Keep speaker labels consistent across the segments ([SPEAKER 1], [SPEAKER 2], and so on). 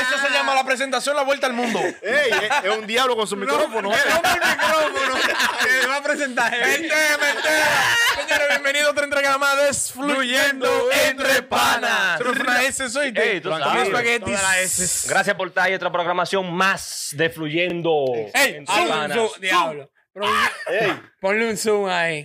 [SPEAKER 1] Eso se llama la presentación La Vuelta al Mundo.
[SPEAKER 2] Ey, es, es un diablo con su micrófono. eh.
[SPEAKER 1] Te va a presentar. Señores, bienvenidos a otra entrega más de Fluyendo Entre Panas. Pero fue una S, soy tú.
[SPEAKER 3] Ey, tú
[SPEAKER 1] Con
[SPEAKER 3] sabes.
[SPEAKER 1] espaguetis.
[SPEAKER 4] Toda la S.
[SPEAKER 3] Gracias por estar ahí. Otra programación más de Fluyendo.
[SPEAKER 4] Ey,
[SPEAKER 3] Entre
[SPEAKER 4] zoom,
[SPEAKER 3] Panas.
[SPEAKER 4] zoom, diablo. Pero-
[SPEAKER 1] Ah,
[SPEAKER 4] Ponle un zoom ahí.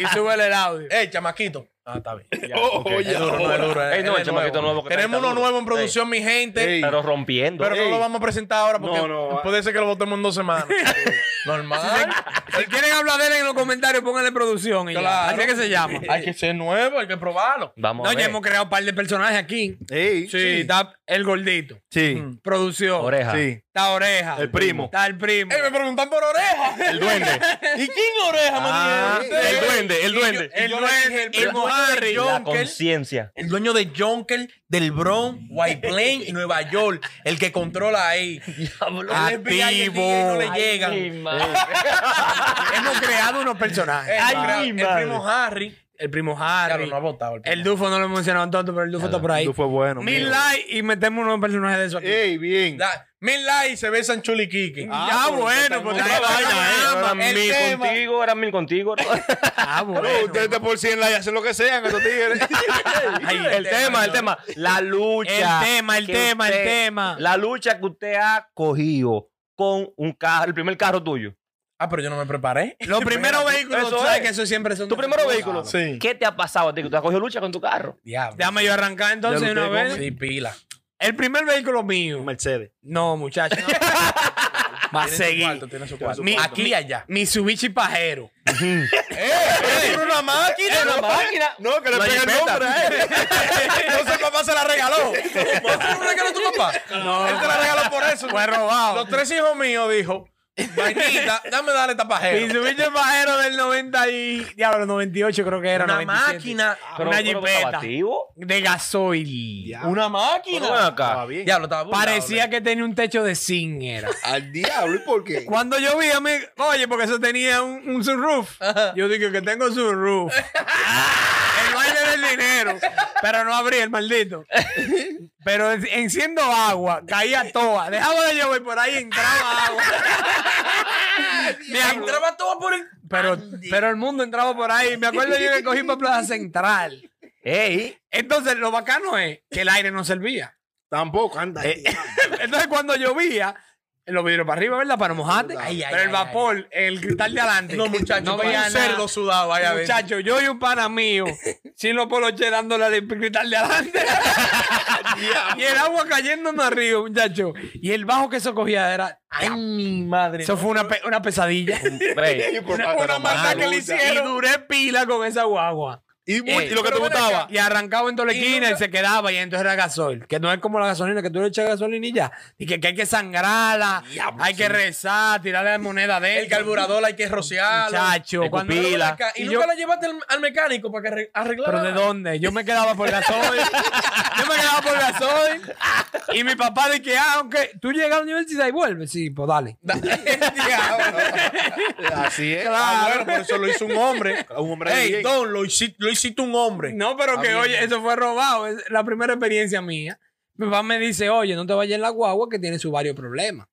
[SPEAKER 4] Y súbele el audio.
[SPEAKER 1] Ey, chamaquito. Ah, está bien. Ya.
[SPEAKER 2] Oh,
[SPEAKER 1] Ok.
[SPEAKER 2] ya.
[SPEAKER 1] Es duro, no es duro,
[SPEAKER 3] Ey,
[SPEAKER 1] es-
[SPEAKER 3] no,
[SPEAKER 1] es
[SPEAKER 3] el chamaquito nuevo que
[SPEAKER 1] Tenemos
[SPEAKER 3] está
[SPEAKER 1] uno nuevo en
[SPEAKER 3] duro.
[SPEAKER 1] producción, mi gente.
[SPEAKER 2] Ey.
[SPEAKER 3] Pero rompiendo.
[SPEAKER 1] Pero no
[SPEAKER 2] Ey.
[SPEAKER 1] lo vamos a presentar ahora porque
[SPEAKER 2] No, no.
[SPEAKER 1] puede ser que lo votemos en dos semanas. Normal.
[SPEAKER 4] Si quieren hablar de él en los comentarios, pónganle producción. Y ya.
[SPEAKER 1] Claro.
[SPEAKER 4] Así es que se llama.
[SPEAKER 1] Hay que ser nuevo, hay que probarlo.
[SPEAKER 3] Vamos
[SPEAKER 4] No,
[SPEAKER 3] a
[SPEAKER 4] ya
[SPEAKER 3] ver.
[SPEAKER 4] hemos creado un par de personajes aquí.
[SPEAKER 2] Ey,
[SPEAKER 4] Sí, está el gordito.
[SPEAKER 2] Sí.
[SPEAKER 4] Mm, Producción.
[SPEAKER 3] Oreja.
[SPEAKER 2] Sí.
[SPEAKER 4] Está oreja.
[SPEAKER 2] El primo.
[SPEAKER 4] Está el primo.
[SPEAKER 1] Ey, me preguntan por oreja.
[SPEAKER 2] El duende.
[SPEAKER 1] ¿Y quién oreja,
[SPEAKER 2] Ah,
[SPEAKER 1] maní?
[SPEAKER 2] el duende, el duende.
[SPEAKER 1] Y
[SPEAKER 4] El
[SPEAKER 1] yo le
[SPEAKER 4] duende,
[SPEAKER 1] dije,
[SPEAKER 4] el
[SPEAKER 1] el
[SPEAKER 4] primo
[SPEAKER 1] dueño de
[SPEAKER 4] Harry.
[SPEAKER 3] La
[SPEAKER 1] Jonker,
[SPEAKER 3] conciencia.
[SPEAKER 1] el dueño de Jonker, del Bron, White Plain, Nueva York, el que controla ahí.
[SPEAKER 3] Diablo.
[SPEAKER 1] El FBI y el DEA no le llegan.
[SPEAKER 4] Hemos creado unos personajes.
[SPEAKER 1] El,
[SPEAKER 3] Ay,
[SPEAKER 1] gra-
[SPEAKER 3] mi
[SPEAKER 1] el
[SPEAKER 3] madre.
[SPEAKER 1] primo Harry.
[SPEAKER 4] El primo Harry.
[SPEAKER 1] Claro, no ha votado.
[SPEAKER 4] el
[SPEAKER 1] primo.
[SPEAKER 4] Dufo no lo he mencionado tanto, pero el Dufo está por ahí.
[SPEAKER 2] Tú fue bueno.
[SPEAKER 4] Mil
[SPEAKER 2] mío.
[SPEAKER 4] likes y metemos unos personajes de eso aquí.
[SPEAKER 2] Ey, bien.
[SPEAKER 1] La- Mil likes se besan Chuli Kiki.
[SPEAKER 4] ya bueno, pues
[SPEAKER 1] Otra
[SPEAKER 4] ya
[SPEAKER 1] vaina,
[SPEAKER 4] está.
[SPEAKER 1] eh.
[SPEAKER 3] Eran
[SPEAKER 1] el
[SPEAKER 3] mil
[SPEAKER 1] tema.
[SPEAKER 3] contigo, eran mil contigo.
[SPEAKER 4] Ah,
[SPEAKER 2] Pero
[SPEAKER 4] bueno.
[SPEAKER 2] Ustedes te por 100 likes, hacen lo que sean estos tigres.
[SPEAKER 3] Ay, el tema, el tema. La lucha.
[SPEAKER 4] El tema, el
[SPEAKER 3] que
[SPEAKER 4] tema, el
[SPEAKER 3] usted-
[SPEAKER 4] tema.
[SPEAKER 3] La lucha que usted ha cogido con un carro, el primer carro tuyo.
[SPEAKER 1] Ah, pero yo no me preparé.
[SPEAKER 4] Los primeros vehículos,
[SPEAKER 3] Eso
[SPEAKER 4] tú sabes
[SPEAKER 3] es.
[SPEAKER 4] que eso siempre son.
[SPEAKER 3] Tu
[SPEAKER 4] de-
[SPEAKER 3] primer vehículo.
[SPEAKER 1] Sí.
[SPEAKER 3] ¿Qué te ha pasado a ti? Que tú has cogido lucha con tu carro.
[SPEAKER 1] Diablo.
[SPEAKER 4] Déjame yo arrancar entonces
[SPEAKER 2] Ya lo
[SPEAKER 4] una
[SPEAKER 2] tengo,
[SPEAKER 4] vez.
[SPEAKER 1] Sí, pila.
[SPEAKER 4] El primer vehículo mío.
[SPEAKER 2] Mercedes.
[SPEAKER 4] No, muchacho. no. Va a
[SPEAKER 1] Tiene su
[SPEAKER 4] seguir.
[SPEAKER 1] cuarto, tiene su cuarto.
[SPEAKER 4] Mi-
[SPEAKER 1] Aquí y allá.
[SPEAKER 4] Mitsubishi Pajero.
[SPEAKER 2] ¡Eh! una máquina!
[SPEAKER 3] una máquina.
[SPEAKER 2] No, que le
[SPEAKER 3] Una
[SPEAKER 2] pegue el
[SPEAKER 3] jipeta.
[SPEAKER 2] nombre eh. a él.
[SPEAKER 1] Entonces papá se la regaló. ¿Por qué no regaló tu papá?
[SPEAKER 4] No.
[SPEAKER 1] Él te la regaló por eso.
[SPEAKER 4] Fue robado.
[SPEAKER 1] Los tres hijos míos dijo, vainita, dame darle esta pajera.
[SPEAKER 4] Mitsubishi Pajero del 90 y... Diablo, 98 creo que era.
[SPEAKER 1] Una
[SPEAKER 4] 97.
[SPEAKER 1] máquina.
[SPEAKER 3] Ah, Pero-
[SPEAKER 4] una
[SPEAKER 3] pero
[SPEAKER 4] jipeta.
[SPEAKER 3] estaba activo.
[SPEAKER 4] De gasoil.
[SPEAKER 1] Una
[SPEAKER 3] Pero ven
[SPEAKER 1] máquina.
[SPEAKER 3] acá.
[SPEAKER 2] bien.
[SPEAKER 1] Ya lo estaba burlado,
[SPEAKER 4] Parecía
[SPEAKER 1] ¿no?
[SPEAKER 4] que tenía un techo de zinc, era.
[SPEAKER 2] Al diablo, ¿y por qué?
[SPEAKER 4] Cuando yo vi a mí, oye, porque eso tenía un, un sunroof.
[SPEAKER 1] Ajá.
[SPEAKER 4] Yo dije que tengo sunroof. el baile del dinero. Pero no abrí el maldito. Pero en- enciendo agua, caía toda. Dejaba de llover por ahí entraba agua. Me
[SPEAKER 1] Me
[SPEAKER 4] acuerdo-
[SPEAKER 1] entraba todo por el.
[SPEAKER 4] pero, pero el mundo entraba por ahí. Me acuerdo yo que cogí para Plaza Central.
[SPEAKER 3] Ey.
[SPEAKER 4] Entonces, lo bacano es que el aire no servía.
[SPEAKER 2] Tampoco, anda.
[SPEAKER 4] Entonces cuando llovía, los vidrios para arriba, ¿verdad? Para no mojarte.
[SPEAKER 1] Ay, ay,
[SPEAKER 4] pero el
[SPEAKER 1] ay,
[SPEAKER 4] vapor, el cristal de adelante.
[SPEAKER 1] No, muchacho,
[SPEAKER 4] no
[SPEAKER 1] como
[SPEAKER 4] veía
[SPEAKER 1] un
[SPEAKER 4] nada.
[SPEAKER 1] cerdo sudado allá adentro.
[SPEAKER 4] Muchacho, yo y un pana mío, sin los poloches dándole al cristal de adelante. y el agua cayéndonos arriba, muchacho. Y el bajo que eso cogía era.
[SPEAKER 1] Ay, mi madre.
[SPEAKER 4] Eso fue una, pe- una pesadilla.
[SPEAKER 3] Ey.
[SPEAKER 4] una una maldad que le hicieron. Y duré pila con esa guagua.
[SPEAKER 2] Y, mu-
[SPEAKER 3] Ey,
[SPEAKER 2] y lo que te
[SPEAKER 1] pero ven acá.
[SPEAKER 2] gustaba.
[SPEAKER 4] Y arrancaba en toda la
[SPEAKER 1] Y
[SPEAKER 4] esquina y,
[SPEAKER 1] nunca-
[SPEAKER 4] se quedaba y entonces era gasoil. Que no es como la gasolina, que tú le echas gasolina y ya. Y que, que hay que sangrarla, hay que rezar, tirarle la moneda de
[SPEAKER 1] El carburador hay que rociarlo.
[SPEAKER 4] Muchacho, cuando-
[SPEAKER 1] Pero ven
[SPEAKER 3] pila.
[SPEAKER 1] acá, Y,
[SPEAKER 4] Y
[SPEAKER 1] nunca
[SPEAKER 4] yo-
[SPEAKER 1] la llevaste al, al mecánico para que arre- arreglara.
[SPEAKER 4] ¿Pero de dónde? Yo me quedaba por gasoil. Yo me quedaba por gasoil. Y mi papá de que, ah, aunque tú llegas a la universidad y vuelves. Sí, pues dale.
[SPEAKER 2] Así es.
[SPEAKER 1] Ah, bueno, por eso lo hizo un hombre.
[SPEAKER 2] Un hombre de
[SPEAKER 1] Ey,
[SPEAKER 2] bien.
[SPEAKER 1] Don, lo hiciste, lo hiciste un hombre.
[SPEAKER 4] No, pero que,
[SPEAKER 1] bien,
[SPEAKER 4] oye,
[SPEAKER 1] bien.
[SPEAKER 4] eso fue robado. Es la primera experiencia mía. Mi papá me dice, oye, no te vayas en la guagua que tiene sus varios problemas.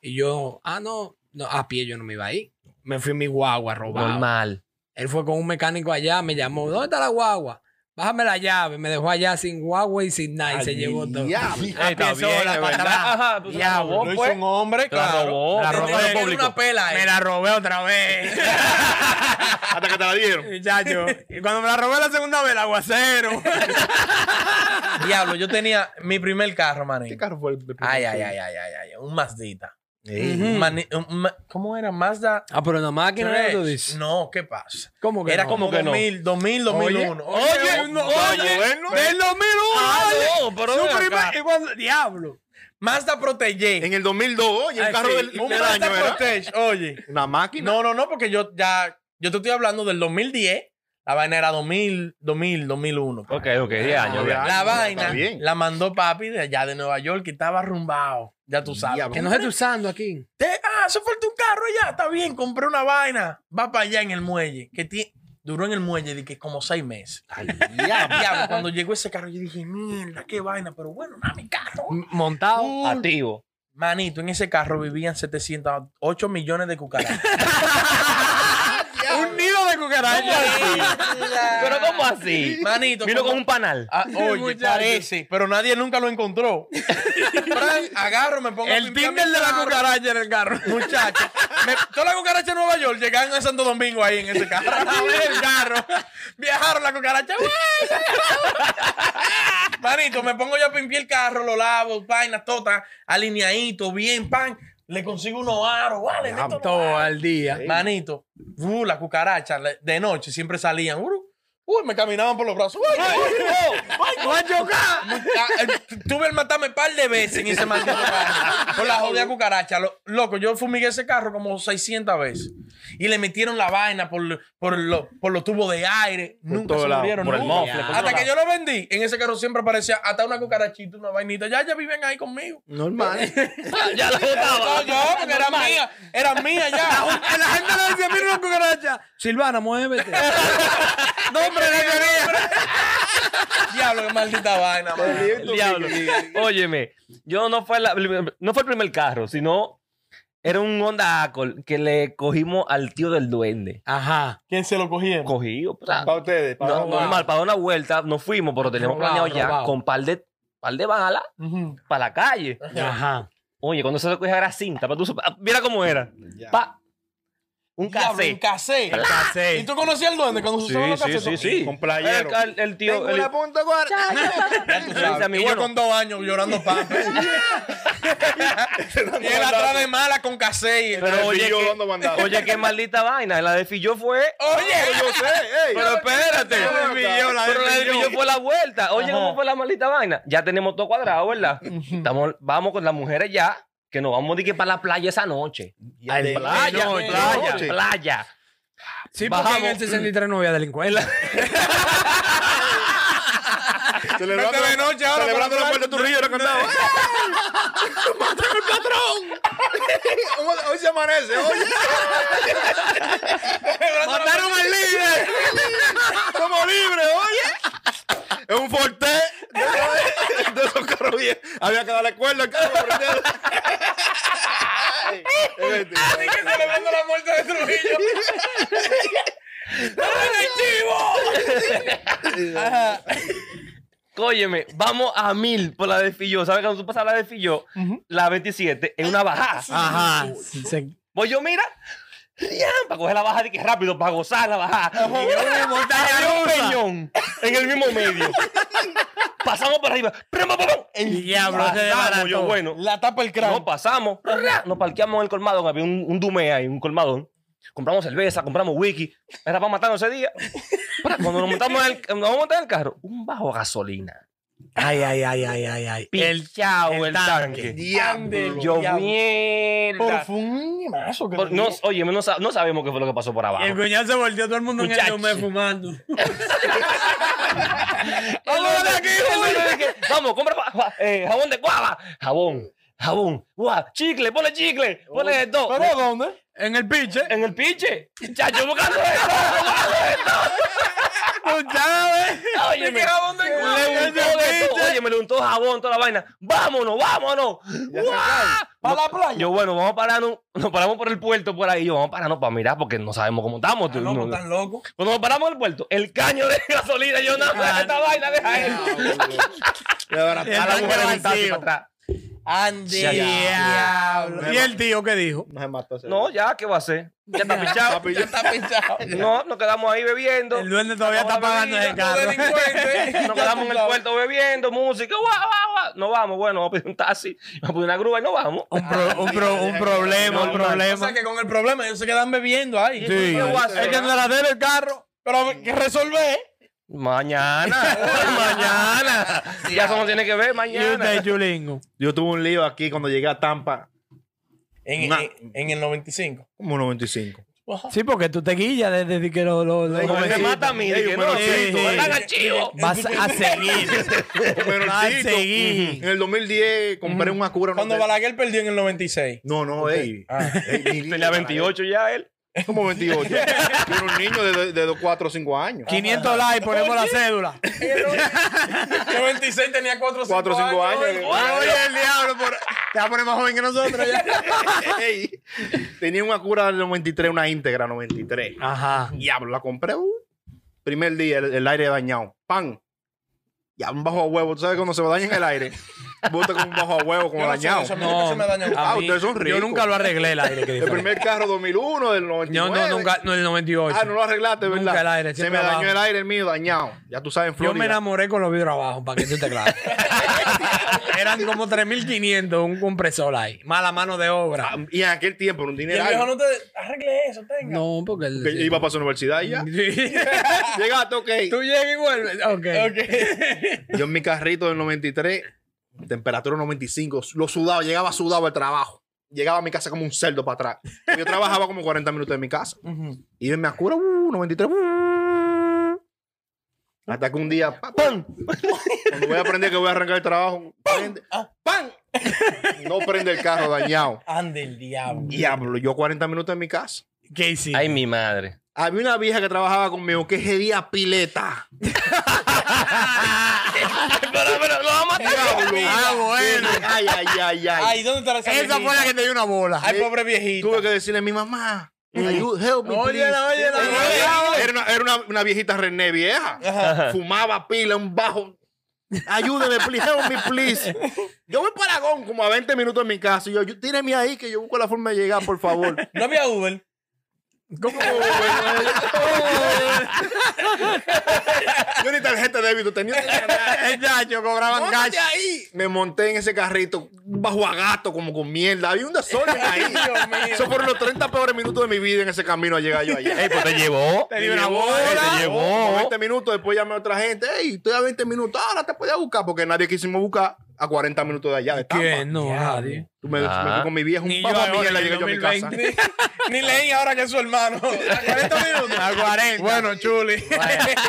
[SPEAKER 4] Y yo, ah, no, no, a pie yo no me iba a ir. Me fui en mi guagua robado.
[SPEAKER 3] Normal.
[SPEAKER 4] Él fue con un mecánico allá, me llamó, ¿dónde está la guagua? Bájame la llave. Me dejó allá sin guagua y sin nada y se llevó todo.
[SPEAKER 2] Diablo.
[SPEAKER 4] A
[SPEAKER 3] Ey, está
[SPEAKER 4] pie
[SPEAKER 3] bien,
[SPEAKER 4] sola,
[SPEAKER 3] de
[SPEAKER 4] para
[SPEAKER 3] verdad.
[SPEAKER 4] atrás.
[SPEAKER 3] Ajá, pues,
[SPEAKER 4] Ya,
[SPEAKER 3] la robó,
[SPEAKER 1] lo hizo
[SPEAKER 3] pues.
[SPEAKER 1] un hombre,
[SPEAKER 3] La
[SPEAKER 1] claro.
[SPEAKER 3] robó.
[SPEAKER 4] La
[SPEAKER 1] Le
[SPEAKER 4] robó
[SPEAKER 1] tenía
[SPEAKER 4] al
[SPEAKER 1] que dar
[SPEAKER 3] público.
[SPEAKER 1] una pela a él.
[SPEAKER 4] Me la robé otra vez.
[SPEAKER 2] Hasta que te la dieron.
[SPEAKER 4] Muchacho. Y cuando me la robé la segunda vez, el aguacero.
[SPEAKER 1] Diablo, yo tenía mi primer carro, maní.
[SPEAKER 2] carro fue el
[SPEAKER 1] Ay, ay, ay, ay, ay, ay, un Mazdita.
[SPEAKER 2] Ey.
[SPEAKER 1] Un mani- un ma- ¿Cómo era? Mazda.
[SPEAKER 4] Ah, pero la máquina
[SPEAKER 1] tres. No, ¿qué pasa?
[SPEAKER 4] ¿Cómo que
[SPEAKER 1] Era
[SPEAKER 4] no?
[SPEAKER 1] como
[SPEAKER 3] ¿Cómo que no?
[SPEAKER 1] 2000, 2000, 2001.
[SPEAKER 4] Oye,
[SPEAKER 1] un-
[SPEAKER 4] oye,
[SPEAKER 2] moderno.
[SPEAKER 4] del 2001.
[SPEAKER 3] Ah,
[SPEAKER 4] oye.
[SPEAKER 3] no, pero
[SPEAKER 4] Su
[SPEAKER 3] ven
[SPEAKER 4] primer-
[SPEAKER 3] acá.
[SPEAKER 4] igual- diablo.
[SPEAKER 1] Mazda Protege.
[SPEAKER 2] En el 2002, oye, el
[SPEAKER 1] Ah,
[SPEAKER 2] carro
[SPEAKER 1] sí,
[SPEAKER 2] del,
[SPEAKER 1] un
[SPEAKER 2] del
[SPEAKER 1] Mazda
[SPEAKER 2] año era
[SPEAKER 1] Protege, oye.
[SPEAKER 2] una máquina.
[SPEAKER 1] No, no, no, porque yo ya, yo te estoy hablando del 2010. La vaina era 2000, 2000, 2001.
[SPEAKER 3] Ok, ok, 10 años.
[SPEAKER 2] ya.
[SPEAKER 3] ya.
[SPEAKER 1] la
[SPEAKER 2] está
[SPEAKER 1] vaina
[SPEAKER 2] bien.
[SPEAKER 1] la mandó papi de allá de Nueva York que estaba arrumbado. Ya tú sabes.
[SPEAKER 2] Diablo.
[SPEAKER 1] Que
[SPEAKER 5] Que
[SPEAKER 1] no
[SPEAKER 5] nos está usando aquí.
[SPEAKER 1] te- ah, se falta un carro allá. Está bien, compré una vaina. Va para allá en el muelle. Que ti- duró en el muelle de que como seis meses.
[SPEAKER 2] Ay, diablo.
[SPEAKER 1] Diablo, cuando llegó ese carro, yo dije, mierda, qué vaina. Pero bueno, nada, mi carro.
[SPEAKER 5] Montado.
[SPEAKER 3] Activo.
[SPEAKER 1] Manito, en ese carro vivían 708 millones de cucarachas.
[SPEAKER 4] Un nido de cucarachas.
[SPEAKER 3] Pero ¿cómo así?
[SPEAKER 1] Manito,
[SPEAKER 3] Vino
[SPEAKER 1] como-
[SPEAKER 3] con un panal.
[SPEAKER 1] Ah, oye,
[SPEAKER 4] Muchacho.
[SPEAKER 1] parece, pero nadie nunca lo encontró. Frank, agarro, me pongo a
[SPEAKER 4] El
[SPEAKER 1] limpiar
[SPEAKER 4] Tinder
[SPEAKER 1] mi
[SPEAKER 4] de la
[SPEAKER 1] carro.
[SPEAKER 4] cucaracha en el carro.
[SPEAKER 1] Muchacho, me- toda la cucaracha de Nueva York llegaron a Santo Domingo ahí en ese carro. A ver el carro. Viajaron la cucaracha. Manito, me pongo yo a pimpiar el carro, lo lavo, vainas, tota, alineadito, bien, pan. Le consigo unos aros, vale, meto los
[SPEAKER 4] Todo al día.
[SPEAKER 1] Manito, uh, la cucaracha le- de noche siempre salían. Uh, uh, me caminaban por los brazos. Uy, uy,
[SPEAKER 4] ¡Va a chocar!
[SPEAKER 1] uy. Ah, eh, Tuve el matarme un par de veces en ese maldito carro. Por la jodida cucaracha. Lo- loco, yo fumigué ese carro como 600 veces. Y le metieron la vaina por, por, lo- por los tubos de aire. nunca
[SPEAKER 2] todo
[SPEAKER 1] se
[SPEAKER 2] lado,
[SPEAKER 1] murieron.
[SPEAKER 3] por el
[SPEAKER 1] nunca.
[SPEAKER 3] mofle, por todo
[SPEAKER 1] hasta que
[SPEAKER 3] lado.
[SPEAKER 1] yo lo vendí, en ese carro siempre aparecía hasta una cucarachita, una vainita. Ya, ya viven ahí conmigo.
[SPEAKER 5] Normal.
[SPEAKER 3] Ah, Ya lo botaba.
[SPEAKER 1] No, yo, porque era mía. Era mía ya.
[SPEAKER 4] La gente le decía, mira una cucaracha.
[SPEAKER 5] Silvana, muévete.
[SPEAKER 4] No, hombre, no quería.
[SPEAKER 1] Diablo, qué maldita vaina, mano.
[SPEAKER 3] El diablo. Óyeme, yo no fue, la- no fue el primer carro, sino era un Honda Accord que le cogimos al tío del duende.
[SPEAKER 5] Ajá.
[SPEAKER 1] ¿Quién se lo cogieron?
[SPEAKER 3] Cogido. o sea,
[SPEAKER 2] Para ustedes. pa'
[SPEAKER 3] no-
[SPEAKER 2] ustedes.
[SPEAKER 3] normal, para una vuelta, nos fuimos, pero teníamos
[SPEAKER 5] Robado,
[SPEAKER 3] planeado ya
[SPEAKER 5] robado.
[SPEAKER 3] con par de, par de balas
[SPEAKER 1] Ujú.
[SPEAKER 3] para la calle.
[SPEAKER 5] Ajá.
[SPEAKER 3] Oye, cuando se cogía era cinta, pa' tú sup- ah, mira cómo era.
[SPEAKER 2] Ya.
[SPEAKER 3] Pa, un
[SPEAKER 1] Diablo,
[SPEAKER 3] casé.
[SPEAKER 1] un casé. ¿Y tú conocías al duende cuando se
[SPEAKER 3] Sí,
[SPEAKER 1] usaban los
[SPEAKER 3] sí,
[SPEAKER 1] casés?
[SPEAKER 3] sí, sí.
[SPEAKER 2] Con playero.
[SPEAKER 3] El, el- el tío.
[SPEAKER 2] Tengo
[SPEAKER 3] el-
[SPEAKER 2] una punta guarda.
[SPEAKER 3] ya tú sabes.
[SPEAKER 1] Y
[SPEAKER 3] Y
[SPEAKER 1] yo
[SPEAKER 3] bueno,
[SPEAKER 1] con dos años llorando pampa. y él atrás de mala con casé. y-
[SPEAKER 3] Pero
[SPEAKER 2] El
[SPEAKER 3] oye,
[SPEAKER 2] pillo
[SPEAKER 3] que-
[SPEAKER 2] dando bandazos.
[SPEAKER 3] Oye, qué maldita vaina. La de Filló fue.
[SPEAKER 1] Oye,
[SPEAKER 2] Yo sé, ey.
[SPEAKER 1] pero espérate.
[SPEAKER 2] Pero
[SPEAKER 3] Pero Oh, la de Filló fue la vuelta. Oye,
[SPEAKER 1] Ajá.
[SPEAKER 3] ¿cómo fue la maldita vaina? Ya tenemos todo cuadrado, ¿verdad? Estamos, vamos con las mujeres ya, que nos vamos de que para la playa esa noche.
[SPEAKER 2] Ya de-
[SPEAKER 3] Playa,
[SPEAKER 2] de noche.
[SPEAKER 3] playa,
[SPEAKER 2] Noche.
[SPEAKER 3] playa.
[SPEAKER 5] Sí,
[SPEAKER 3] Bajamos.
[SPEAKER 5] porque en el 63 no había delincuencia.
[SPEAKER 2] Celebrando
[SPEAKER 1] Vete de
[SPEAKER 2] la-
[SPEAKER 1] noche ahora
[SPEAKER 2] Celebrando
[SPEAKER 1] para
[SPEAKER 2] la puerta de tu río, era cantado. ¡Mataron al patrón! Hoy se amanece, oye.
[SPEAKER 1] ¡Mataron al líder!
[SPEAKER 2] Somos libres, oye. Es un forte de, de esos carros viejos. Había que darle cuerda al carro. prender. Ay, es mentira.
[SPEAKER 1] Así que celebrando la muerte de Trujillo. ¡Dame el chivo! Ajá.
[SPEAKER 3] Óyeme, vamos a mil por la de Filló. ¿Sabes cuando tú pasas la de Filló? La 27 en una bajada.
[SPEAKER 5] Ajá. Se-
[SPEAKER 3] Voy yo, mira. Para coger la baja de que rápido, para gozar la baja. Había un peñón en el mismo medio. pasamos para arriba. ¡Primo, primo! En-
[SPEAKER 5] Diablo, se desbarató.
[SPEAKER 3] pasamos, yo, bueno.
[SPEAKER 1] La tapa el cráneo.
[SPEAKER 3] No pasamos. Nos parqueamos en el colmadón. Había un, un dumé ahí, un colmadón. Compramos cerveza, compramos wiki. Era para matarnos ese día. Cuando nos montamos en el, nos vamos a montar en el carro, un bajo a gasolina.
[SPEAKER 5] Ay, ay, ay, ay, ay, ay.
[SPEAKER 3] Pichao el, tanque.
[SPEAKER 1] Diablo.
[SPEAKER 3] Yo,
[SPEAKER 1] Diablo.
[SPEAKER 3] mierda.
[SPEAKER 1] Pero fue un mazo que
[SPEAKER 3] Por-
[SPEAKER 1] le
[SPEAKER 3] no,
[SPEAKER 1] dio.
[SPEAKER 3] oye, no, sa- no sabemos qué fue lo que pasó por abajo.
[SPEAKER 4] Y el cuñado se volteó todo el mundo en el
[SPEAKER 3] Muchacho.
[SPEAKER 4] lume fumando.
[SPEAKER 3] Vamos, de aquí, de aquí. Vamos, compra pa- pa- eh, jabón de guava. Jabón, jabón, guau, chicle, ponle chicle, ponle esto.
[SPEAKER 1] ¿Pero dónde?
[SPEAKER 4] En el pinche.
[SPEAKER 3] En el pinche. Chacho, buscando esto.
[SPEAKER 4] Muchacho,
[SPEAKER 3] Oye, me jabón de
[SPEAKER 4] guava?
[SPEAKER 3] Le untó
[SPEAKER 4] En el
[SPEAKER 3] de todo.
[SPEAKER 4] pinche.
[SPEAKER 3] Oye, me le untó jabón, toda la vaina. Vámonos, vámonos. Guau.
[SPEAKER 1] ¿Para la playa?
[SPEAKER 3] Yo, bueno, vamos a pararnos. Nos paramos por el puerto por ahí. Yo, vamos a pararnos para mirar porque no sabemos cómo estamos. tú.
[SPEAKER 1] Tan
[SPEAKER 3] No,
[SPEAKER 1] loco,
[SPEAKER 3] no.
[SPEAKER 1] tan loco.
[SPEAKER 3] Cuando nos paramos en el puerto, el caño de gasolina. Yo, no, esta vaina, deja eso.
[SPEAKER 2] Le abrazaron
[SPEAKER 3] A las
[SPEAKER 4] tanque
[SPEAKER 3] mujeres
[SPEAKER 4] vacío.
[SPEAKER 3] sentarse para atrás.
[SPEAKER 1] Ande.
[SPEAKER 3] Ya,
[SPEAKER 4] ¿Y el tío qué dijo?
[SPEAKER 2] No se mató. ese
[SPEAKER 3] No, ya, ¿qué va a hacer? Ya está pichado.
[SPEAKER 2] Papi, yo-
[SPEAKER 1] Está pinchado.
[SPEAKER 3] No, nos quedamos ahí bebiendo.
[SPEAKER 4] El duende todavía está
[SPEAKER 3] Acabamos
[SPEAKER 4] pagando
[SPEAKER 3] de
[SPEAKER 4] ese
[SPEAKER 3] venir,
[SPEAKER 4] carro.
[SPEAKER 1] Delincuente.
[SPEAKER 3] Nos quedamos en el puerto bebiendo, música, guau, guau, guau. Nos vamos, bueno, vamos a pedir un taxi, vamos a pedir una grúa y nos vamos.
[SPEAKER 4] Un, pro- un, pro- un problema, un
[SPEAKER 1] O
[SPEAKER 3] Normal.
[SPEAKER 1] sea
[SPEAKER 4] problema.
[SPEAKER 1] que con el problema ellos se quedan bebiendo ahí.
[SPEAKER 4] Sí.
[SPEAKER 3] ¿Qué voy a
[SPEAKER 4] Es
[SPEAKER 3] hacer?
[SPEAKER 4] que no era de él el carro.
[SPEAKER 1] Pero que resolver.
[SPEAKER 3] Mañana, mañana. Ya eso no tiene que ver,
[SPEAKER 4] Y
[SPEAKER 3] mañana.
[SPEAKER 4] usted, Chulingo.
[SPEAKER 2] Yo tuve un lío aquí cuando llegué a Tampa,
[SPEAKER 1] En,
[SPEAKER 2] Una-
[SPEAKER 1] en- en el 95.
[SPEAKER 2] como 95.
[SPEAKER 4] Sí, porque tú te guillas desde que lo. lo, lo-
[SPEAKER 3] Como me mata a mí,
[SPEAKER 2] Ey,
[SPEAKER 3] que
[SPEAKER 2] un
[SPEAKER 3] no, no
[SPEAKER 2] menorcito, ey.
[SPEAKER 3] están archivos.
[SPEAKER 4] Vas a seguir. Vas a seguir.
[SPEAKER 2] En el 2010 compré un Acura.
[SPEAKER 1] Cuando
[SPEAKER 2] no,
[SPEAKER 1] Balaguer perdió en el 96.
[SPEAKER 2] no, no, ey.
[SPEAKER 1] Ah.
[SPEAKER 2] Ey, mi niño,
[SPEAKER 3] Tenía 28 ya él.
[SPEAKER 2] Como 28. Yo era un niño de, de, 4 o 5 años.
[SPEAKER 4] 500 likes, ponemos la cédula.
[SPEAKER 1] Yo 26 tenía 4 o 5
[SPEAKER 2] 4 o 5 años.
[SPEAKER 1] Oye,
[SPEAKER 2] el diablo. Por... Te va a poner más joven que nosotros. ya. Ey. Tenía una cura del 93, una íntegra 93.
[SPEAKER 4] Ajá.
[SPEAKER 2] Diablo, la compré. uh. Primer día, el, el aire dañado. ¡Pan! Ya, un bajo a huevo. ¿Tú sabes cuando se daña en el aire? Bota con un bajo a huevo, como
[SPEAKER 1] yo no sé,
[SPEAKER 2] dañado.
[SPEAKER 1] eso a mí nunca se me dañó.
[SPEAKER 2] Ah, ustedes son
[SPEAKER 4] Yo
[SPEAKER 2] ricos.
[SPEAKER 4] nunca lo arreglé el aire,
[SPEAKER 2] El
[SPEAKER 4] Cristian.
[SPEAKER 2] primer carro 2001, del 99.
[SPEAKER 4] Yo no, nunca, no, el 98.
[SPEAKER 2] Ah, no lo arreglaste,
[SPEAKER 4] Nunca
[SPEAKER 2] ¿verdad?
[SPEAKER 4] el aire,
[SPEAKER 2] Se me
[SPEAKER 4] siempre
[SPEAKER 2] dañó
[SPEAKER 4] abajo.
[SPEAKER 2] el aire el mío, dañado. Ya tú sabes, en
[SPEAKER 4] Yo
[SPEAKER 2] Florida.
[SPEAKER 4] me enamoré con los vidrios abajo, para que tú te claves. Eran como 3.500 un compresor ahí. Mala mano de
[SPEAKER 2] Ah,
[SPEAKER 4] obra.
[SPEAKER 2] y en aquel tiempo, un
[SPEAKER 1] Y el
[SPEAKER 2] dinero.
[SPEAKER 1] viejo no te arregle eso, tenga.
[SPEAKER 4] No, porque el...
[SPEAKER 2] Que iba para su universidad y ya. Llegaste, ok.
[SPEAKER 4] Tú llegas y vuelves. Ok.
[SPEAKER 1] Ok.
[SPEAKER 2] Yo en mi carrito del 93, temperatura 95, lo sudaba, llegaba sudado al trabajo. Llegaba a mi casa como un cerdo para atrás. Yo trabajaba como 40 minutos de mi casa. Y yo me acuro, uh, 93. uh. Hasta que un día, pa, pa,
[SPEAKER 3] ¡Pam!
[SPEAKER 2] cuando voy a aprender que voy a arrancar el trabajo, prende,
[SPEAKER 4] Ah.
[SPEAKER 2] ¡pam! No prende el carro dañado.
[SPEAKER 1] Ande el diablo.
[SPEAKER 2] Diablo, yo 40 minutos en mi casa.
[SPEAKER 4] ¿Qué hiciste?
[SPEAKER 3] Ay, mi madre.
[SPEAKER 2] Había una vieja que trabajaba conmigo que hedía pileta.
[SPEAKER 3] Pero, pero, lo vamos a
[SPEAKER 2] Diablo.
[SPEAKER 4] Ah, bueno.
[SPEAKER 2] Ay, ay, ay, ay.
[SPEAKER 1] Ay, ¿dónde estará esa
[SPEAKER 4] Esa fue la que te dio una bola.
[SPEAKER 1] Ay, pobre viejito.
[SPEAKER 2] Tuve que decirle a mi mamá. ayú- help me, please.
[SPEAKER 4] Óyela, óyela,
[SPEAKER 1] óyela.
[SPEAKER 2] Era, una, era una, una viejita René vieja. Fumaba pila, un bajo. Ayúdeme, please, help me, please. Yo voy para Aragón como a 20 minutos en mi casa. Y yo, yo tíreme ahí que yo busco la forma de llegar, por favor.
[SPEAKER 1] No había Uber.
[SPEAKER 2] ¿Cómo? yo ni tarjeta de débito tenía.
[SPEAKER 4] Ya, yo cobraban
[SPEAKER 2] Móntate ahí. Me monté en ese carrito bajo a gato, como con mierda. Había un desorden ahí.
[SPEAKER 1] Dios mío.
[SPEAKER 2] Esos fueron los 30 peores minutos de mi vida en ese camino a llegar yo allá.
[SPEAKER 3] Ey, pues te llevó.
[SPEAKER 2] Me
[SPEAKER 4] dio una
[SPEAKER 2] llevó,
[SPEAKER 4] bola.
[SPEAKER 2] me
[SPEAKER 3] Te llevó.
[SPEAKER 2] como 20 minutos, después llamé a otra gente. Ey, estoy a 20 minutos, ahora te podía buscar, porque nadie quisimos buscar a 40 minutos de allá, de Tampa.
[SPEAKER 4] ¿Quién? No, nadie.
[SPEAKER 2] Tú me,
[SPEAKER 3] Ah.
[SPEAKER 2] me fui con mi viejo, un
[SPEAKER 4] Ni
[SPEAKER 2] bajo
[SPEAKER 4] yo
[SPEAKER 2] a
[SPEAKER 4] ahora,
[SPEAKER 2] mierda,
[SPEAKER 4] en
[SPEAKER 2] llegué yo a mi casa.
[SPEAKER 4] 2020.
[SPEAKER 1] Ni, ni leí ahora que es su hermano. A 40 minutos.
[SPEAKER 4] A 40.
[SPEAKER 1] Bueno, chuli.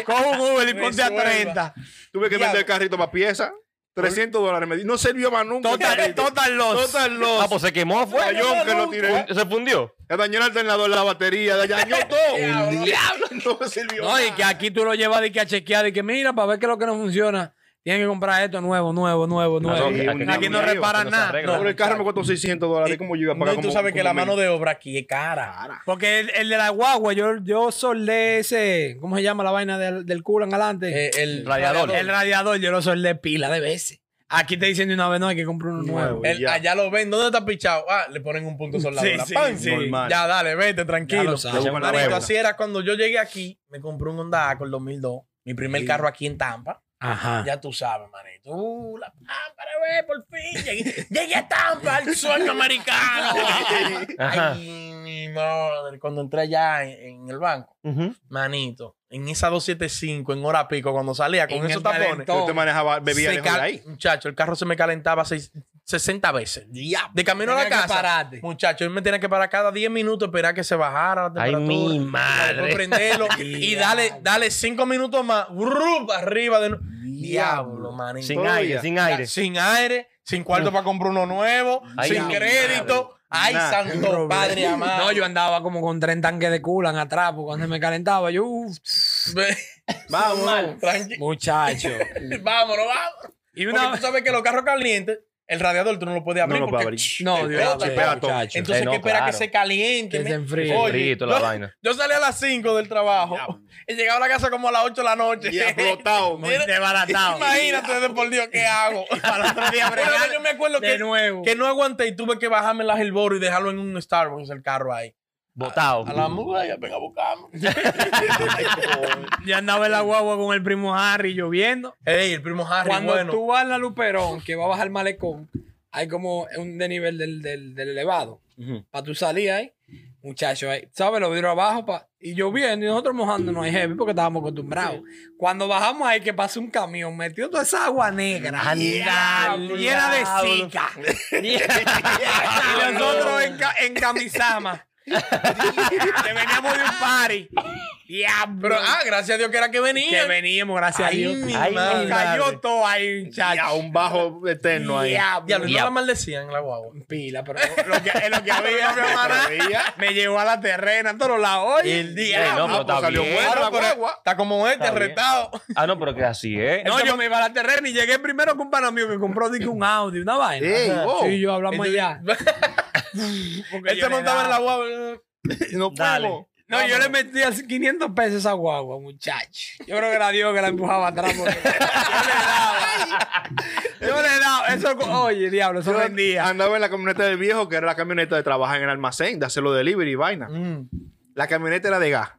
[SPEAKER 4] Coge un Uber y
[SPEAKER 1] Me
[SPEAKER 4] ponte a
[SPEAKER 1] suelva.
[SPEAKER 4] 30.
[SPEAKER 2] Tuve que vender el carrito para piezas. 300 dólares me di. No sirvió más nunca. el
[SPEAKER 4] Total,
[SPEAKER 2] carrito.
[SPEAKER 4] total loss.
[SPEAKER 2] Total loss.
[SPEAKER 3] Ah, pues se quemó, fue.
[SPEAKER 2] Dañó que lo tiré.
[SPEAKER 3] Se fundió.
[SPEAKER 2] Dañó el alternador, la batería, dañó todo.
[SPEAKER 1] Diablo.
[SPEAKER 2] diablo. No me sirvió
[SPEAKER 4] No, y
[SPEAKER 2] nada.
[SPEAKER 4] que aquí tú lo llevas de que a chequear, de que mira, para ver qué es lo que no funciona. Tienen que comprar esto nuevo, nuevo, nuevo,
[SPEAKER 2] no,
[SPEAKER 4] nuevo.
[SPEAKER 2] que aquí
[SPEAKER 4] aquí
[SPEAKER 2] no
[SPEAKER 4] no
[SPEAKER 2] lleva,
[SPEAKER 3] que
[SPEAKER 4] reparan
[SPEAKER 3] no se
[SPEAKER 4] nada.
[SPEAKER 3] arregla.
[SPEAKER 2] Pero el carro me costó 600 dólares. ¿Cómo yo iba a
[SPEAKER 1] No,
[SPEAKER 2] pagar?
[SPEAKER 1] y tú
[SPEAKER 2] como-
[SPEAKER 1] sabes que
[SPEAKER 2] como
[SPEAKER 1] la mano
[SPEAKER 2] mil?
[SPEAKER 1] de obra aquí es cara.
[SPEAKER 2] Cara.
[SPEAKER 4] Porque el, el de la guagua, yo, yo soldé ese, ¿cómo se llama la vaina del, del culo en adelante?
[SPEAKER 1] Eh, el
[SPEAKER 3] Radiador.
[SPEAKER 4] el radiador, yo lo soldé pila de veces. Aquí te dicen de una vez, no, hay que comprar uno nuevo.
[SPEAKER 2] Nuevo.
[SPEAKER 1] el-
[SPEAKER 2] Ya.
[SPEAKER 1] allá lo ven. ¿Dónde está pichado? Ah, le ponen un punto soldado.
[SPEAKER 4] Sí,
[SPEAKER 1] la
[SPEAKER 4] sí,
[SPEAKER 1] pan.
[SPEAKER 4] sí.
[SPEAKER 2] Normal.
[SPEAKER 1] Ya, dale, vete,
[SPEAKER 4] Ya
[SPEAKER 1] tranquilo.
[SPEAKER 4] lo sabes.
[SPEAKER 2] Yo con la
[SPEAKER 1] Marito,
[SPEAKER 2] hueva.
[SPEAKER 1] así era cuando yo llegué aquí, me compré un Honda Accord 2002, mi primer carro aquí en Tampa.
[SPEAKER 4] Ajá.
[SPEAKER 1] Ya tú sabes, manito. Uh, la Tampa, bebé, por fin. Llegué, llegué a Tampa, al sueño americano.
[SPEAKER 3] Ajá.
[SPEAKER 1] Ay, mi madre. Cuando entré allá en, en el banco,
[SPEAKER 3] Ujú.
[SPEAKER 1] manito, en esa 275, en hora pico, cuando salía con
[SPEAKER 4] En
[SPEAKER 1] esos
[SPEAKER 4] el
[SPEAKER 1] tapones.
[SPEAKER 4] calentón.
[SPEAKER 2] Yo te manejaba, bebía
[SPEAKER 1] se
[SPEAKER 2] lejos
[SPEAKER 1] cal-
[SPEAKER 2] de ahí.
[SPEAKER 1] Muchacho, el carro se me calentaba seis- 60 veces. De camino a la
[SPEAKER 4] Tenía que
[SPEAKER 1] casa.
[SPEAKER 4] pararte.
[SPEAKER 1] Muchacho, yo me tenía que parar cada 10 minutos, esperar que se bajara la
[SPEAKER 3] Ay,
[SPEAKER 1] temperatura.
[SPEAKER 3] mi
[SPEAKER 1] Para después
[SPEAKER 3] madre.
[SPEAKER 1] prenderlo y dale, dale cinco minutos más. ¡brrr! arriba de nuevo. Diablo, manito.
[SPEAKER 3] Sin
[SPEAKER 2] Todo
[SPEAKER 3] aire,
[SPEAKER 2] ya.
[SPEAKER 3] sin aire.
[SPEAKER 1] Sin aire, sin cuarto para comprar uno nuevo,
[SPEAKER 3] Ay,
[SPEAKER 1] sin
[SPEAKER 3] mi
[SPEAKER 1] crédito. Ay,
[SPEAKER 2] Nah,
[SPEAKER 1] santo padre amado.
[SPEAKER 4] No, yo andaba como con tres tanques de culan atrás, porque cuando me calentaba, yo, uff,
[SPEAKER 1] Vamos, tranquilo.
[SPEAKER 4] muchacho.
[SPEAKER 1] Vámonos, vámonos.
[SPEAKER 4] Y
[SPEAKER 1] Porque
[SPEAKER 4] una
[SPEAKER 1] tú sabes que los carros calientes, el radiador tú no lo puedes abrir
[SPEAKER 2] No lo
[SPEAKER 1] porque
[SPEAKER 2] puedes abrir.
[SPEAKER 1] te
[SPEAKER 4] No, Dios,
[SPEAKER 1] explota el
[SPEAKER 4] sí,
[SPEAKER 1] carro.
[SPEAKER 4] muchacho.
[SPEAKER 1] Entonces,
[SPEAKER 3] Eh, no,
[SPEAKER 1] que espera
[SPEAKER 3] claro.
[SPEAKER 1] que se caliente.
[SPEAKER 4] Que se
[SPEAKER 1] me-
[SPEAKER 4] enfríe.
[SPEAKER 1] Oye,
[SPEAKER 3] Fríe toda la
[SPEAKER 1] yo-
[SPEAKER 3] vaina.
[SPEAKER 1] Yo salí a las 5 del trabajo y llegaba a la casa como a las 8 de la noche.
[SPEAKER 2] Ya, explotado.
[SPEAKER 1] Mira,
[SPEAKER 4] desbaratado.
[SPEAKER 1] Imagínate, de por Dios, ¿qué hago? Para otro día
[SPEAKER 4] bregar
[SPEAKER 1] yo me acuerdo
[SPEAKER 4] de
[SPEAKER 1] que,
[SPEAKER 4] nuevo.
[SPEAKER 1] que no aguanté y tuve que bajarme las Hellboro y dejarlo en un Starbucks el carro ahí.
[SPEAKER 3] Botado.
[SPEAKER 1] A la mujer, ya venga a buscarme.
[SPEAKER 4] Ya andaba en la guagua con el primo Harry lloviendo.
[SPEAKER 1] Ey, el primo Harry,
[SPEAKER 4] Cuando
[SPEAKER 1] bueno.
[SPEAKER 4] tú vas a la Luperón, que va a bajar el malecón, hay como un desnivel del, del, del elevado. Para tú salir ahí. Muchachos, ahí, ¿sabes? Lo vidrio abajo pa- y lloviendo y nosotros mojándonos ahí heavy porque estábamos acostumbrados. Cuando bajamos ahí que pasó un camión, metió toda esa agua negra.
[SPEAKER 3] Diablo.
[SPEAKER 4] llena de zika. Y nosotros en, ca- en camisama. que veníamos de un party. Diablo.
[SPEAKER 1] Pero, ah, gracias a Dios que era que venía.
[SPEAKER 4] que veníamos, gracias
[SPEAKER 1] Ay,
[SPEAKER 4] a Dios.
[SPEAKER 1] mi
[SPEAKER 3] Ay,
[SPEAKER 1] madre.
[SPEAKER 4] Nos cayó todo ahí, muchachos.
[SPEAKER 2] Ya, un bajo eterno ahí.
[SPEAKER 1] Diablo, y no la
[SPEAKER 3] Diablo.
[SPEAKER 1] maldecían la guagua.
[SPEAKER 4] Pila, pero lo que, es lo que había, mi hermana,
[SPEAKER 2] Maravilla.
[SPEAKER 4] me llevó a la terrena, a todos lados. Oye,
[SPEAKER 1] El día.
[SPEAKER 3] no, pero
[SPEAKER 2] pues
[SPEAKER 3] está
[SPEAKER 2] salió
[SPEAKER 3] bien.
[SPEAKER 2] bueno la
[SPEAKER 1] Claro, pero
[SPEAKER 2] guagua.
[SPEAKER 1] está como este,
[SPEAKER 3] Está bien.
[SPEAKER 1] retado.
[SPEAKER 3] Ah, no, pero que así, ¿eh?
[SPEAKER 4] No, yo me iba a la terrena y llegué primero con un pana mío que compró dije, un Audi, una vaina.
[SPEAKER 2] Ey,
[SPEAKER 4] Ajá.
[SPEAKER 2] wow.
[SPEAKER 4] Sí, yo hablamos allá.
[SPEAKER 1] Él se montaba en la guagua. e-
[SPEAKER 2] No
[SPEAKER 3] Dale.
[SPEAKER 2] fuimos.
[SPEAKER 4] No, yo le metí así 500 pesos a esa guagua, muchacho. Yo creo que era Dios que la empujaba atrás. Porque yo le daba. Yo le daba. Eso, oye, diablo, eso vendía.
[SPEAKER 2] Andaba en la camioneta del viejo, que era la camioneta de trabajar en el almacén, de hacerlo delivery y vaina.
[SPEAKER 4] Mm.
[SPEAKER 2] La camioneta era de gas.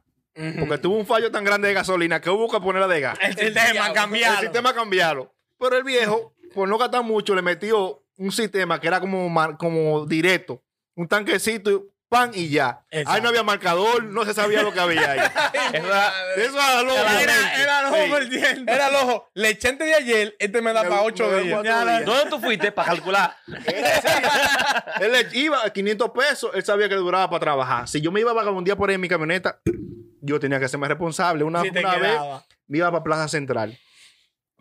[SPEAKER 2] Porque tuvo un fallo tan grande de gasolina que hubo que ponerla de gas.
[SPEAKER 4] El sistema, cambiarlo.
[SPEAKER 2] El sistema cambiarlo. Pero el viejo, por no gastar mucho, le metió un sistema que era como, mar- como directo. Un tanquecito, pan y ya. Ahí no había marcador, no se sabía lo que había ahí.
[SPEAKER 3] Eso era-
[SPEAKER 2] Eso era lo
[SPEAKER 4] Era, era lo
[SPEAKER 2] Sí.
[SPEAKER 4] perdiendo.
[SPEAKER 1] Era el ojo. Lechente de ayer, este me da
[SPEAKER 2] Me-
[SPEAKER 1] para ocho
[SPEAKER 2] me da
[SPEAKER 1] días.
[SPEAKER 2] cuatro días.
[SPEAKER 3] ¿Dónde tú fuiste para calcular?
[SPEAKER 2] Él le iba a 500 pesos, él sabía que le duraba para trabajar. Si yo me iba a vagabundear por ahí en mi camioneta, yo tenía que hacerme responsable. Una,
[SPEAKER 4] Sí, te
[SPEAKER 2] una vez
[SPEAKER 4] quedaba.
[SPEAKER 2] me iba para Plaza Central.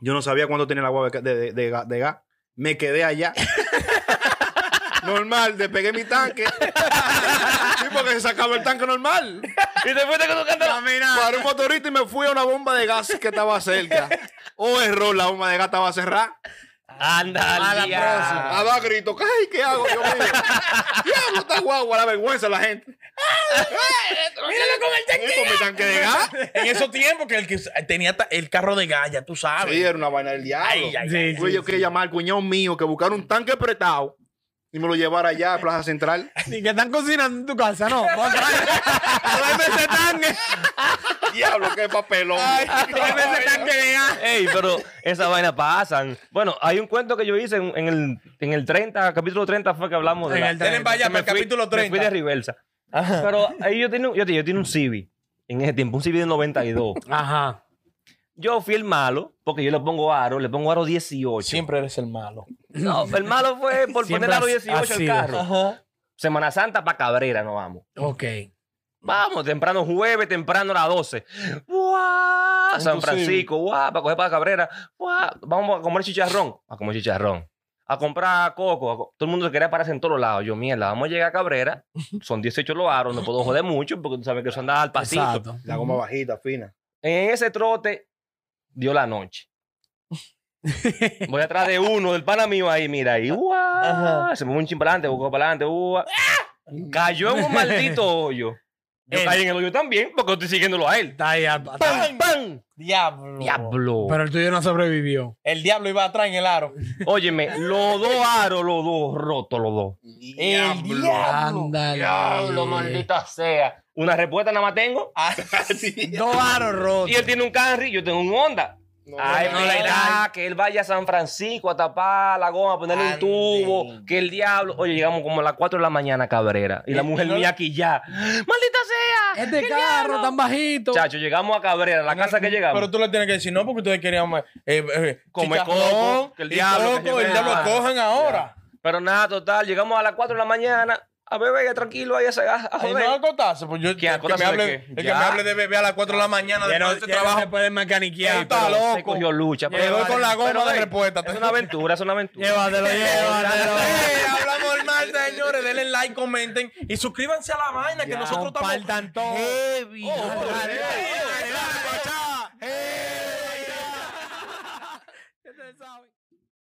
[SPEAKER 2] Yo no sabía cuándo tenía la agua de, de- de ga- de gas. Me quedé allá. normal, despegué mi tanque. sí, porque se sacaba el tanque normal.
[SPEAKER 3] Y te fuiste con tu cantar.
[SPEAKER 2] Paré un motorista y me fui a una bomba de gas que estaba cerca. O error, la bomba de gas estaba cerrada.
[SPEAKER 3] Anda,
[SPEAKER 4] A la
[SPEAKER 3] al
[SPEAKER 4] próxima.
[SPEAKER 3] día.
[SPEAKER 2] A dar gritos. ¡Ay, qué hago! Yo mío! ¡Diablo, está guagua! La vergüenza de la gente.
[SPEAKER 4] Míralo con el
[SPEAKER 2] Eh, con mi tanque de gas!
[SPEAKER 1] En esos tiempos que el que tenía ta- el carro de galla, tú sabes.
[SPEAKER 2] Sí, era una vaina del diablo.
[SPEAKER 1] Ay, ay, ay.
[SPEAKER 2] Güey, yo quería llamar al cuñado mío que buscara un tanque apretado y me lo llevara allá a Plaza Central.
[SPEAKER 4] Ni que están cocinando en tu casa, no. Vos trae- Tráeme ese tanque.
[SPEAKER 2] ¡Diablo, qué papelón!
[SPEAKER 4] Tráeme ese tanque de gas.
[SPEAKER 3] Ey, pero esa vaina pasan. Bueno, hay un cuento que yo hice en, en el, en el 30, capítulo 30 fue que hablamos de
[SPEAKER 4] En
[SPEAKER 3] la-
[SPEAKER 4] el
[SPEAKER 1] Tienen vaya para el
[SPEAKER 3] me fui-
[SPEAKER 1] capítulo
[SPEAKER 3] Me fui de
[SPEAKER 1] 30.
[SPEAKER 3] reversa. Pero ahí yo tenía, un- yo, tenía- yo tenía un Civi en ese tiempo, un Civi del 92.
[SPEAKER 4] Ajá.
[SPEAKER 3] Yo fui el malo, porque yo le pongo aro, le pongo aro 18.
[SPEAKER 1] Siempre eres el malo.
[SPEAKER 3] No, el malo fue por
[SPEAKER 4] Siempre
[SPEAKER 3] poner aro
[SPEAKER 4] has-
[SPEAKER 3] 18
[SPEAKER 4] has
[SPEAKER 3] al
[SPEAKER 4] sido.
[SPEAKER 3] carro. Semana Santa para Cabrera nos vamos.
[SPEAKER 4] Ok.
[SPEAKER 3] Vamos, temprano jueves, temprano a las 12. ¡Guau! San Francisco, guau, para coger para Cabrera. ¡Guau! Vamos a comer chicharrón. A comer chicharrón. A comprar coco. a co- Todo el mundo se quería pararse en todos lados. Yo, mierda, vamos a llegar a Cabrera. Son 18 los aros, no puedo joder mucho porque tú sabes que eso anda al pasito.
[SPEAKER 4] Exacto.
[SPEAKER 2] La goma bajita, fina.
[SPEAKER 3] En ese trote dio la noche. Voy atrás de uno, del pana mío ahí, mira, ahí, ¡guau! Se me fue un chin para adelante, buscó para adelante, ¡guau! Cayó en un maldito hoyo. Yo
[SPEAKER 4] Él.
[SPEAKER 3] caí en el hoyo también, porque estoy siguiéndolo a él.
[SPEAKER 4] Está ahí al- atrás.
[SPEAKER 3] ¡Pam! ¡Pam!
[SPEAKER 1] Diablo.
[SPEAKER 3] ¡Diablo!
[SPEAKER 4] Pero el tuyo no sobrevivió.
[SPEAKER 1] El diablo iba atrás en el aro.
[SPEAKER 3] Óyeme, los dos aros, los dos rotos, los dos.
[SPEAKER 1] El diablo.
[SPEAKER 4] Ándale.
[SPEAKER 3] sea! Una respuesta nada más tengo.
[SPEAKER 1] Ah,
[SPEAKER 4] Dos aros rotos.
[SPEAKER 3] Y él tiene un Camry, yo tengo un Honda. Ay,
[SPEAKER 4] no,
[SPEAKER 3] mira,
[SPEAKER 4] no,
[SPEAKER 3] que él vaya a San Francisco a tapar la goma, a ponerle
[SPEAKER 1] Ande.
[SPEAKER 3] un tubo, que el diabrero. Oye, llegamos como a las 4 de la mañana, Cabrera. Y la
[SPEAKER 1] Eh,
[SPEAKER 3] mujer
[SPEAKER 1] no-
[SPEAKER 3] mía aquí ya. ¡Maldita sea!
[SPEAKER 4] Este
[SPEAKER 3] ¡Qué
[SPEAKER 4] carro
[SPEAKER 3] diablo!
[SPEAKER 4] tan bajito.
[SPEAKER 3] Chacho, llegamos a Cabrera, la casa que llegamos.
[SPEAKER 1] Pero tú le tienes que decir, no, porque ustedes querían eh, eh,
[SPEAKER 3] Come
[SPEAKER 1] chicharrón,
[SPEAKER 3] coco, que el
[SPEAKER 1] y
[SPEAKER 3] diablo, que
[SPEAKER 1] coco,
[SPEAKER 3] se
[SPEAKER 1] el diablo
[SPEAKER 3] vea.
[SPEAKER 1] cojan ahora.
[SPEAKER 3] Pero nada, total, llegamos a las 4 de la mañana. A beber, ya tranquilo, ahí a, a, a
[SPEAKER 1] Ahí
[SPEAKER 3] joder.
[SPEAKER 1] no acotarse, pues yo el que, me
[SPEAKER 3] acotarse de
[SPEAKER 1] hable,
[SPEAKER 3] qué?
[SPEAKER 1] el que me
[SPEAKER 3] Ya.
[SPEAKER 1] hable de bebé a las 4 de la mañana
[SPEAKER 4] Ya no,
[SPEAKER 1] después de este
[SPEAKER 4] ya no
[SPEAKER 1] trabajo.
[SPEAKER 4] se puede mecaniquear.
[SPEAKER 1] Ahí está,
[SPEAKER 4] pero-
[SPEAKER 1] loco.
[SPEAKER 3] Se cogió lucha.
[SPEAKER 1] Le doy con la goma
[SPEAKER 3] pero,
[SPEAKER 1] de
[SPEAKER 3] ey,
[SPEAKER 1] respuesta.
[SPEAKER 3] Es una aventura, es una aventura.
[SPEAKER 4] Llévatelo, llévatelo.
[SPEAKER 1] Eh, hablamos mal, señores. Denle like, comenten y suscríbanse a la vaina que nosotros estamos.
[SPEAKER 4] Compartan todo.
[SPEAKER 1] Heavy. Heavy.
[SPEAKER 4] Dale, dale, dale, guachá. Eh, guachá. Ya ustedes saben.